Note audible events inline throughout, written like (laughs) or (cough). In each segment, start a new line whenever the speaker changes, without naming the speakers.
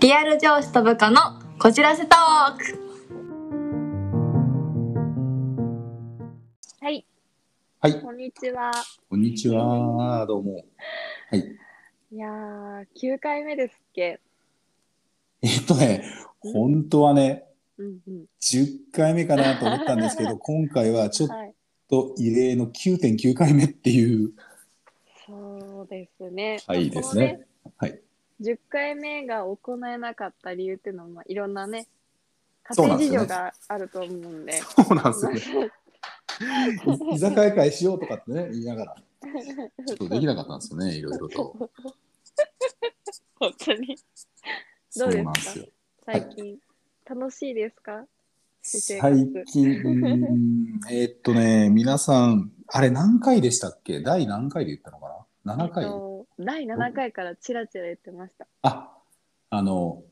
リアル上司と部下のこじらせトーク
はい、
はい、
こんにちは。
こんにちは、どうも。
いやー、9回目ですっけ。
えっとね、本当はね、
うんうん。
10回目かなと思ったんですけど、今回はちょっ
はい。
と異例の9.9回目っていう
そうですね。
回
ま
で
あ
すね。。
この10回目が行えなかった理由っていうのは、まあ、いろんなね、
そう
家
な
庭
んですよね
事情があると思うんで。
そうなんですよね。 (laughs) い居酒屋会しようとかってね、言いながら、ちょっとできなかったんですよね、いろいろと。
本当に。ど
そうう
ですか
なんですよ。
最近、楽しいですか私生活
最近、うーんえっとね、皆さん、あれ何回でしたっけ第何回で言ったのかな ?7
えっ
回
と第7回からチラチラ言ってました。
あ、あの、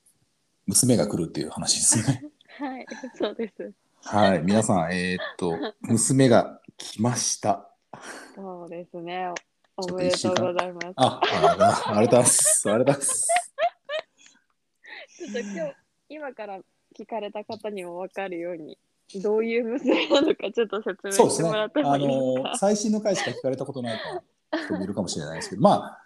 娘が来るっていう話です
(laughs)
ね。
はい、そうです。
はい、皆さん、えーっと、娘が来ました。
そうですね。お
ちょっと
おめで
一週
とう
間
ございます。
あ、ああれだす、あれだす。
ちょっと今日今から聞かれた方にも分かるようにどういう娘なのかちょっと説明 (laughs)
そうです
して
ね。
もらって
あ
もいいです
の、
か、
最新の回しか聞かれたことないから、人もいるかもしれないですけど、ま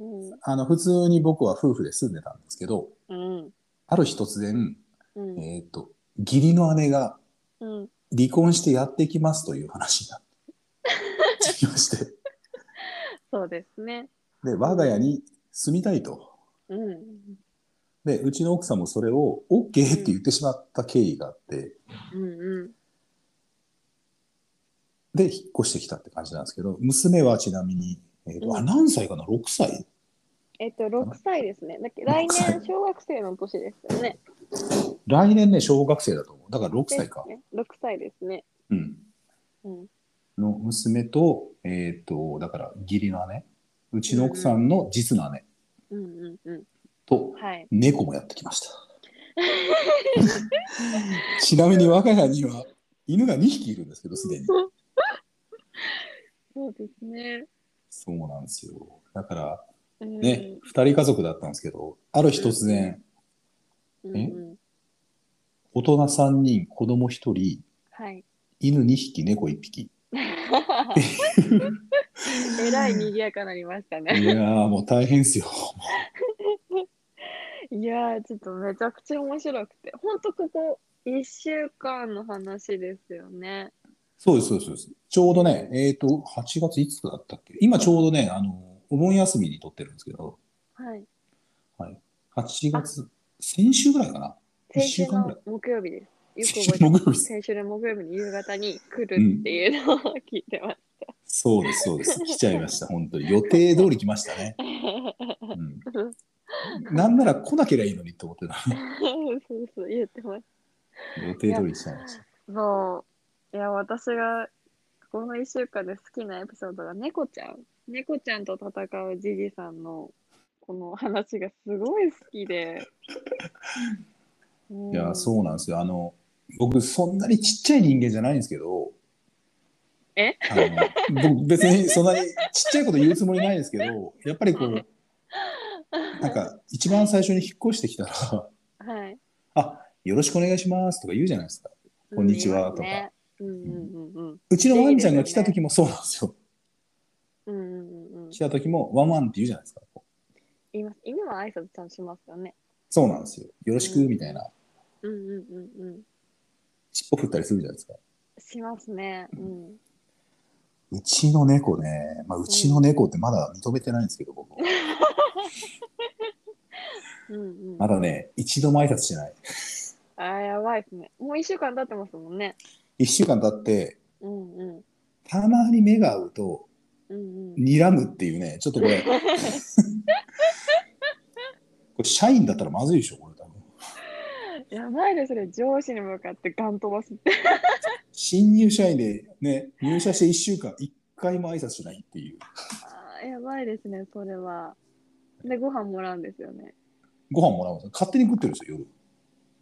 うん
あ、あの、普通に僕は夫婦で住んでたんですけど、
うん
ある日突然、
うん
えーっと、義理の姉が
うん
離婚してやってきますという話に
(laughs)
なってきまして、
そうですね
で、我が家に住みたいと。
うん
で、うちの奥さんもそれを OK って言ってしまった経緯があって、
うんうん
で、引っ越してきたって感じなんですけど、娘はちなみに、えーと
うん
あ何歳かな ?6 歳
えっと6歳ですねだっけ来
6
年小学生の年ですよね
来年ね、小学生だと思う。だから6
です
歳か。
ね6歳ですね
うん。
うん
の娘と、えっ、と、だから義理の姉、うちの奥さんの実の姉
うんうんう
と
ん、はい
猫もやってきま
(laughs)
した。ちなみに我が家には犬が2匹いるんですけど、すでに。
そうですね
そうなんですよ。だから
うん
ね、2人家族だったんですけど、ある日突然、
うんうん
大人3人、子供1人、
はい
犬2匹、猫1匹。
(laughs) えらい賑やかになりましたね
いやーもう大変ですよ。
いやー、ちょっとめちゃくちゃ面白くて、ほんとここ1週間の話ですよね。
そうです、そうですそうです。ちょうどね、えっ、と、8月いつだったっけ今ちょうどね、あの、お盆休みに撮ってるんですけど、
はい。
8月、先週ぐらいかな。一
先週
週間ぐら
の
い
木曜日です。よく覚えて
木
ま。
曜日ですす。
先週の木曜日の夕方に来るっていうのを聞いてます。
そうです、そう
(laughs)
です。来ちゃいました、本当に。予定通り来ましたね。うん。なんなら来なければいいのにって思ってた。
そうそう、言ってます。
予定通り来ちゃいました。
そう。いや、私がこの1週間で好きなエピソードが猫ちゃん。猫ちゃんと戦うジジさんのこの話がすごい好きで。
(laughs) いや、
うん。
そうなんですよ。あの、僕、そんなにちっちゃい人間じゃないんですけど、
え
あの僕別にそんなにちっちゃいこと言うつもりないですけどやっぱりこうなんか一番最初に引っ越してきたら
はい。
「あよろしくお願いします」とか言うじゃないですかこんにちは
うん
とか。
いますねうんうんうんうん。
うちのワンちゃんが来た時もそうなんですよ
うんうんうんうん
来。た時も「ワンワン」って言うじゃないですか
います。犬は挨拶ちゃんとしますよね。
そうなんですよ「よろしく」みたいな
うんうんうんうん。
尻尾振ったりするじゃないですか
しますね。うん。
うちの猫ね、まあ、うちの猫ってまだ認めてないんですけど僕
うんうん。
まだね一度も挨拶してない
あーやばいですね。もう一週間経ってますもんね。
1週間経って
うんうん。
たまに目が合うと
うんうん。
睨むっていうねちょっとこれこれ社員だったらまずいでしょこれ多分
やばいですね。上司に向かってガン飛ばすって。
新入社員でね入社して1週間1回も挨拶しないっていう
あーやばいですね。それは。で、ご飯もらうんですよね。
ご飯もらうんですよ勝手に食ってるんですよ夜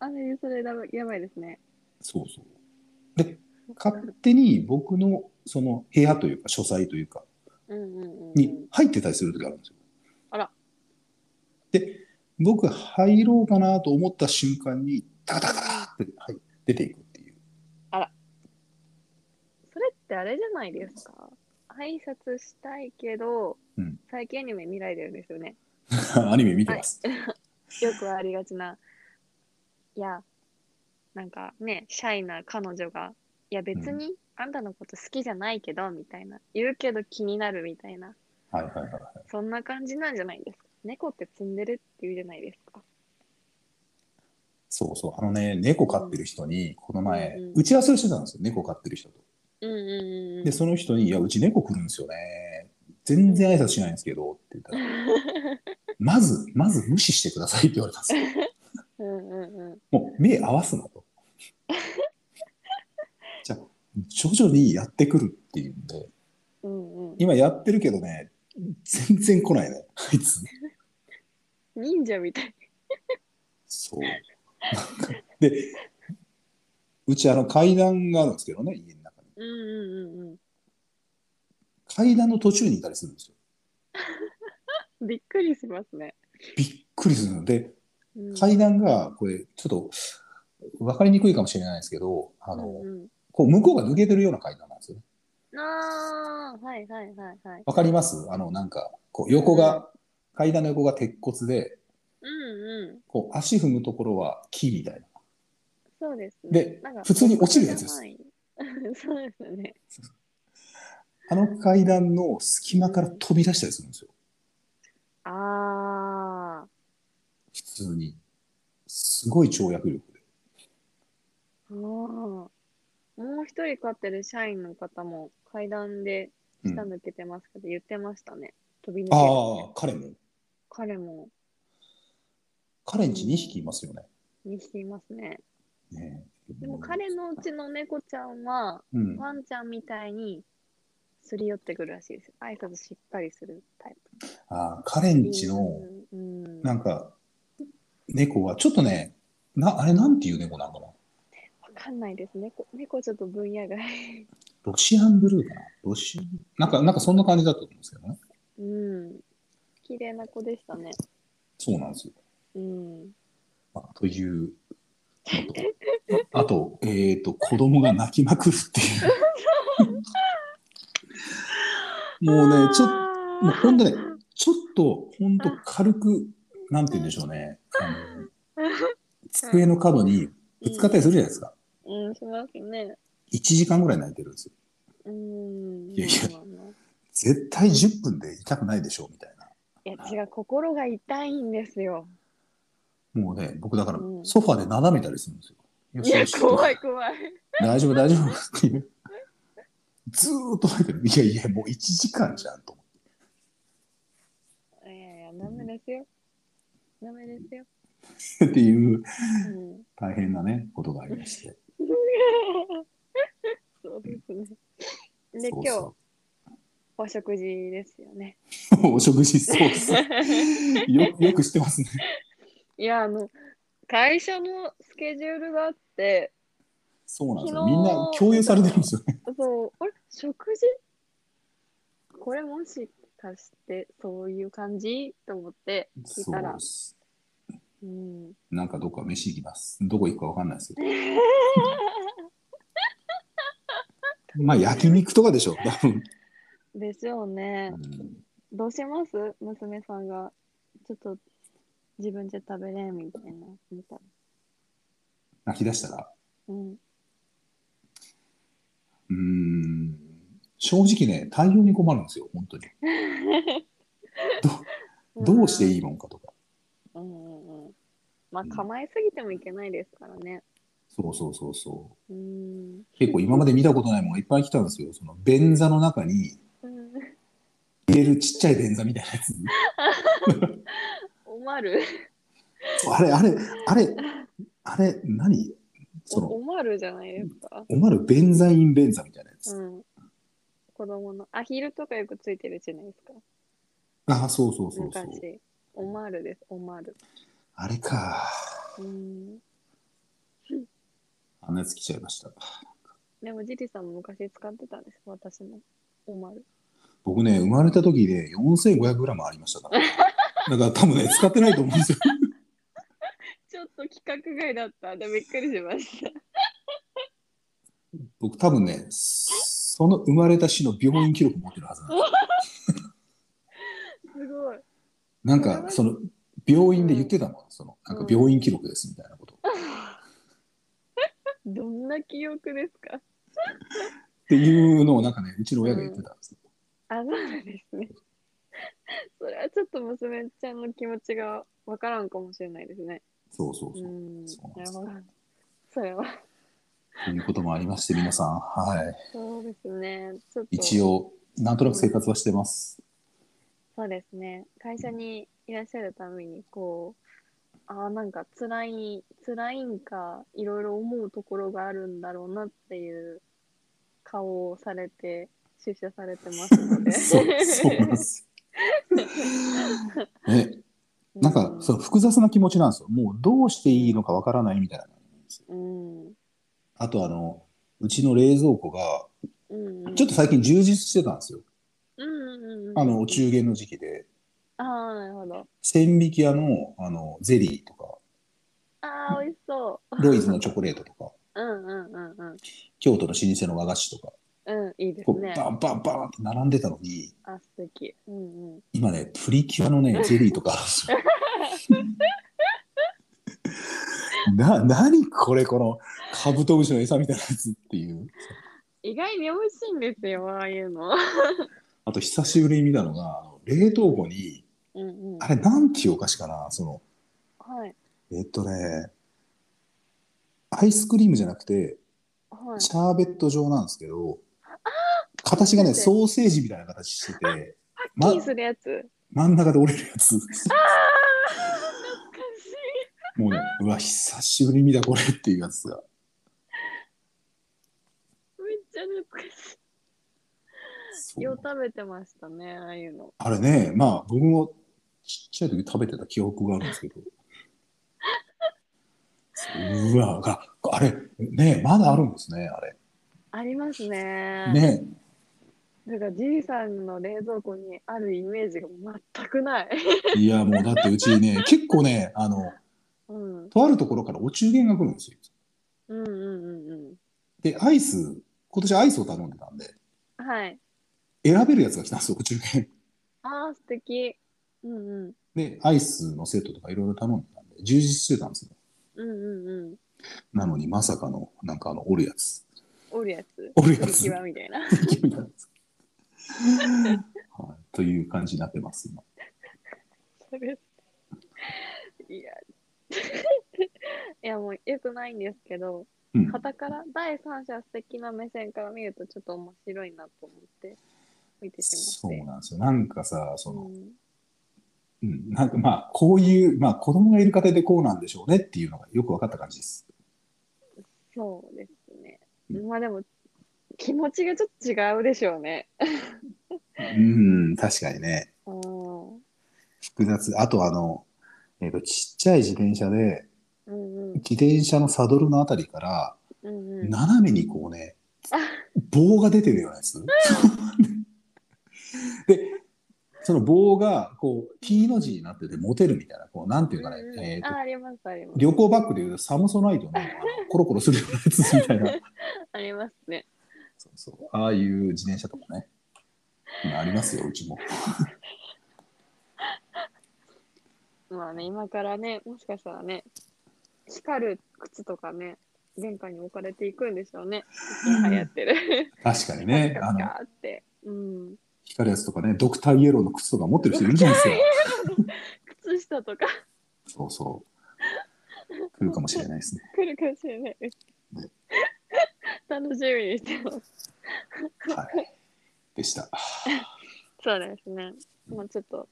あれ、それだばやばいですね。
そうそうで勝手に僕のその部屋というか書斎というか
うんうんうんうん。
に入ってたりする時あるんですよ
あら
で僕入ろうかなと思った瞬間に、タカタカタカって、はい、出ていくっていう。 (laughs)
それってあれじゃないですか挨拶したいけど、
うん
最近アニメ見ないでるんですよね
アニメ見てます。
よくありがちないやなんかねシャイな彼女がいや別にあんたのこと好きじゃないけどみたいな言うけど気になるみたいな
はい、はい、はいはい。
そんな感じなんじゃないですか猫って積んでるって言うじゃないですか
そうそう。あのね、猫飼ってる人に、この前、
うん
打ち合わせをしてたんですよ。猫飼ってる人と。
うんうんうんうん
で、その人に、いや、うち猫来るんですよね。全然挨拶しないんですけど、って言ったら、
(laughs)
まず、まず無視してくださいって言われたんですよ。
うんうんうん
もう目合わすなと。じゃあ、徐々にやってくるっていうんで、
うんうん
今やってるけどね、全然来ないね、あいつ。
忍者みたい
そう。なんかで、うちあの階段があるんですけどね、家の中に。
うんうんうん
階段の途中にいたりするんですよ。
うんびっくりしますね、
びっくりするので、
うん、
階段が、これ、ちょっと、分かりにくいかもしれないですけど、あの、
うん
こう、向こうが抜けてるような階段なんですよね。
うん、ああはいはいはいはい
わかりますあの、なんか、こう、横が、階段の横が鉄骨で、
うんうん
こう、足踏むところは木みたいな。
そうです
で普通に落ちるやつです
はい (laughs) そうですよね
あの階段の隙間から飛び出したりするんですよ。
ああ
普通に。すごい跳躍力で。
もう一人飼ってる社員の方も階段で
う
下
ん、あ
向けてますけど言ってましたね、飛び抜ける
あ、彼も。
彼も
彼んち2匹いますよね。
2匹いますね
ねえ
でも彼のうちの猫ちゃんは
うん、
ワンちゃんみたいにすり寄ってくるらしいですよ挨拶しっかりするタイプ
ああ彼んちの、
うん、
な
わ
んか、猫は、ちょっとね、な、あれなんていう猫なんかな
かんないです猫猫ちょっと分野外 (laughs)
ロシアンブルーかなロシアンなんか、なんかそんな感じだったと思うんですけどね。
うん綺麗な子でしたね
そうなんですよ。
うん
まあ、というのと。ああと、えっ、と、子供が泣きまくるって
(laughs)
いう。もうね、ちょっと、もうほんとね、ちょっと、ほんと軽く、なんて言うんでしょうね。あの机の角にぶつかったりするじゃないですか。
うんしますね
1時間ぐらい泣いてるんですよ。
うん
いやいや
まあまあまあ
絶対10分で痛くないでしょう、みたいな。
いや違う心が痛いんです
(laughs)
よ
もうね、僕だから
う、ん
ソファでなだめたりするんですよ。よ
い
し
や
よし
怖い怖い
大丈夫、大丈夫っていう。ずーっと入ってる。いやいや、もう1時間じゃんと思って。
いやいやダメですよダメですよ、
っていう
うん
大変なね、ことがありまして。
そうですね。で、
そう
今日
そ、
お食事ですよね。 (laughs)
うお食事、そうそう。よよく知ってますね。
いや、あの、会社のスケジュールがあって、
そうなんですよ。
昨日
みんな共有されてるんですよね。
そう、あれ、食事これもしかして、そういう感じと思って聞い
そ
たら
うっ、す。
うん、
なんかどっか飯行きます。どこ行くかわかんないですけど。まあ、焼肉とかでしょ、多分。
でしょうね
う。ん
どうします娘さんが、ちょっと自分じゃ食べれんみたいな、見たら。
泣き出したら。
うん、
うーん正直ね、対応に困るんですよ、本当に。どどうしていいもんかとか。
うんうんうん。まあ、構えすぎてもいけないですからね。
そうそうそうそう
ーん。
う。結構今まで見たことないものがいっぱい来たんですよ。その便座の中に
うん
入れるちっちゃい便座みたいなやつ。
(laughs) おまる
あれ、あれ、あれ、あれ、何そ
お
の、
おまるじゃないですか。
おまる便座イン便座みたいなやつ。
うん。子供のアヒルとかよくついてるじゃないですか。
ああ、そうそうそうそう。
昔。おまるです。おまる。
あれか。
うーん。
あんなやつ来ちゃいました。
でもジリさんも昔使ってたんです。私も。おまる。
僕ね、生まれた時で、ね、4500g ありましたから。だから多分ね、使ってないと思うんですよ。
だった。で、びっくりしました。
僕多分ね、その生まれた市の病院記録持ってるはずなんですよ
すごい。
なんか、その、病院で言ってたもん。その、なんか病院記録ですみたいなこと。っ
どんな記憶ですか
ていうのをなんかね、うちの親が言ってたんですよ。
あ、そうなんですね。それはちょっと娘ちゃんの気持ちがわからんかもしれないですね。
そうそう
う
そう。
ん。
そうなん
なる
です
ほど。それは、
ということもありまして、皆さん。は
そうですね。ちょっと
い。一応、なんとなく生活はして
(laughs)
ます。
そうですね。会社にいらっしゃるために、こう、ああ、なんか辛い、辛いんか、いろいろ思うところがあるんだろうなっていう顔をされて、出社されてますの
(laughs)
で。
そう、そうなんですよ。ね、なんか、そう、複雑な気持ちなんですよ。もう、どうしていいのかわからないみたいな。
うん。うん。
あと、あの、うちの冷蔵庫が、
うんうん、
ちょっと最近充実してたんですよ。
うんうんうん、
あの、お中元の時期で。
ああ、なるほど。
千匹屋の、あの、ゼリーとか、
ああ、美味しそう。
ロイズのチョコレートとか、
うんうんうんうん。
京都の老舗の和菓子とか、
うん、いいです
こう
ね。
バンバンバンって並んでたのに、
あ、素敵。うんうん。
今ね、プリキュアの
(laughs)
ね、ゼリーとかあるんですよ。な、何これ、このカブトムシの餌みたいなやつっていう。
意外に美味しいんですよ、ああいうの。
あと、久しぶりに見たのが、あの冷凍庫に、
うんうん。
あれ、なんていうお菓子かな、その、
はい。
えっとね、アイスクリームじゃなくて、
はい。
シャーベット状なんですけど、形がね、
初
ソーセージみたいな形してて、ま
キーするやつ。
真ん中で折れるや
(laughs)
つ。
おかしい
もうね、うわ、久しぶりに見たこれっていうやつが。
めっちゃ懐かし
そ
い。
う
よう食べてましたね、ああいうの。
あれね、まあ、僕もちっちゃい時食べてた記憶があるんですけど。そううわ、があれ、ね、まだあるんですね、あれ。
ありますね。
ね、
なんかじいさんの冷蔵庫にあるイメージが全くない。
いや、もうだってうちね、 (laughs) 結構ね、あの、
うん。うん
とあるところからお中元が来るんですよ。
うんうんう
で、アイス、今年アイスを頼んでたんで、
ん。はい。
選べるやつが来たんですよ、お中元。
ああ、素敵。うんうん。
で、アイスのセットとかいろいろ頼んでたんで、充実してたんですよ。
うんうんうん。
なのに、まさかの、なんかあの、折るやつ。
おるやつ。
折るや
浮
つ。
き輪みたいな。 (laughs)
みたいなやつはい、という感じになってます、今。
それいや。 (laughs) いやもう良くないんですけど、
うん
傍から第三者的な目線から見るとちょっと面白いなと思って見てしま
そ
っ
う
て。
なんですよ。なんかさ、その、
ん
うん、なんかまあ、こういう、まあ、子供がいる家庭でこうなんでしょうねっていうのがよく分かった感じです。
そうですね
う。
まあでも、気持ちがちょっと違うでしょうね。
うん、確かにね。
うん。
複雑。あと、あの、えっ、と、ちっちゃい自転車で、
うんうん。
自転車のサドルのあたりから、
うんうん。
斜めにこうね、棒が出てるようなや
(laughs)
つ。で、その棒が、こう、T の字になってて、持てるみたいな、こう、なんていうかね、
うんうん
えーと
あ、あります、あります。
旅行バッグでいうとサムソナイト
(laughs)
のあのコロコロするようなやつみたいな
ありますね。
そうそうああいう自転車とかねうんありますようちも
まあね、今からね、もしかしたらね、光る靴とかね、玄関に置かれていくんでしょうね。流行ってる。
確かに (laughs) ねあ
カチ (laughs)
の
カって。うん。
光るやつとかねドクターイエローの靴とか持ってる人いるじゃないですか
靴下とか (laughs)
そうそう来るかもしれないですね
来るかもしれない。楽しみにしてます。
はいでした
(laughs) そうですね。もうちょっと、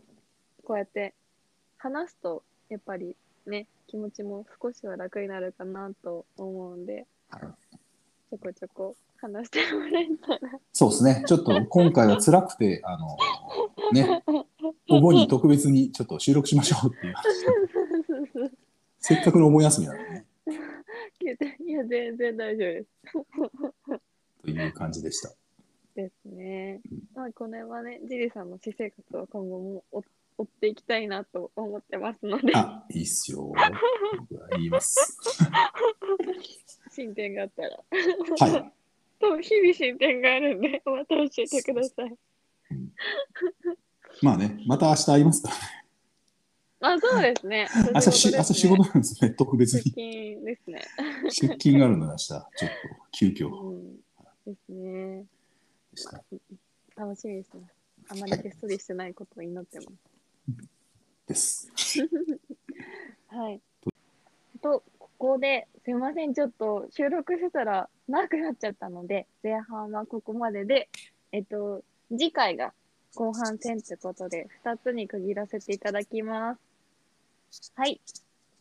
こうやって話すと、やっぱりね、気持ちも少しは楽になるかなと思うんで、
はい
ちょこちょこ話してもらえたら。 (laughs)
そうですねちょっと今回は辛くてあのねお盆に特別にちょっと収録しましょう (laughs) っていう話せっかくのお盆休みなのにね
聞いていや、全然大丈夫です。
という感じでした
ですね。まあ、これはね、ジリさんの私生活は今後もお追っていきたいなと思ってます
(laughs)
ので、
あ、いいっすよ。僕は言います。
進展があったら。 (laughs)
はい。
そう日々進展があるんで、また教えてください。
まあね、また明日会いますから、ね。
あ、そうですね。
明日し、
そういう
明日仕事
ことですね
なんですね。特別
出
に。
勤ですね。
出勤があるので明日、ちょっと急
う
遽
ん。ですね。
でした。
楽しみですね。あまりげっそりしてないことを祈ってます。
です。
はい。と、ここで、すいません、ちょっと収録してたら長くなっちゃったので、前半はここまでで、えっと、次回が後半戦ってことで、2つに区切らせていただきます。はい。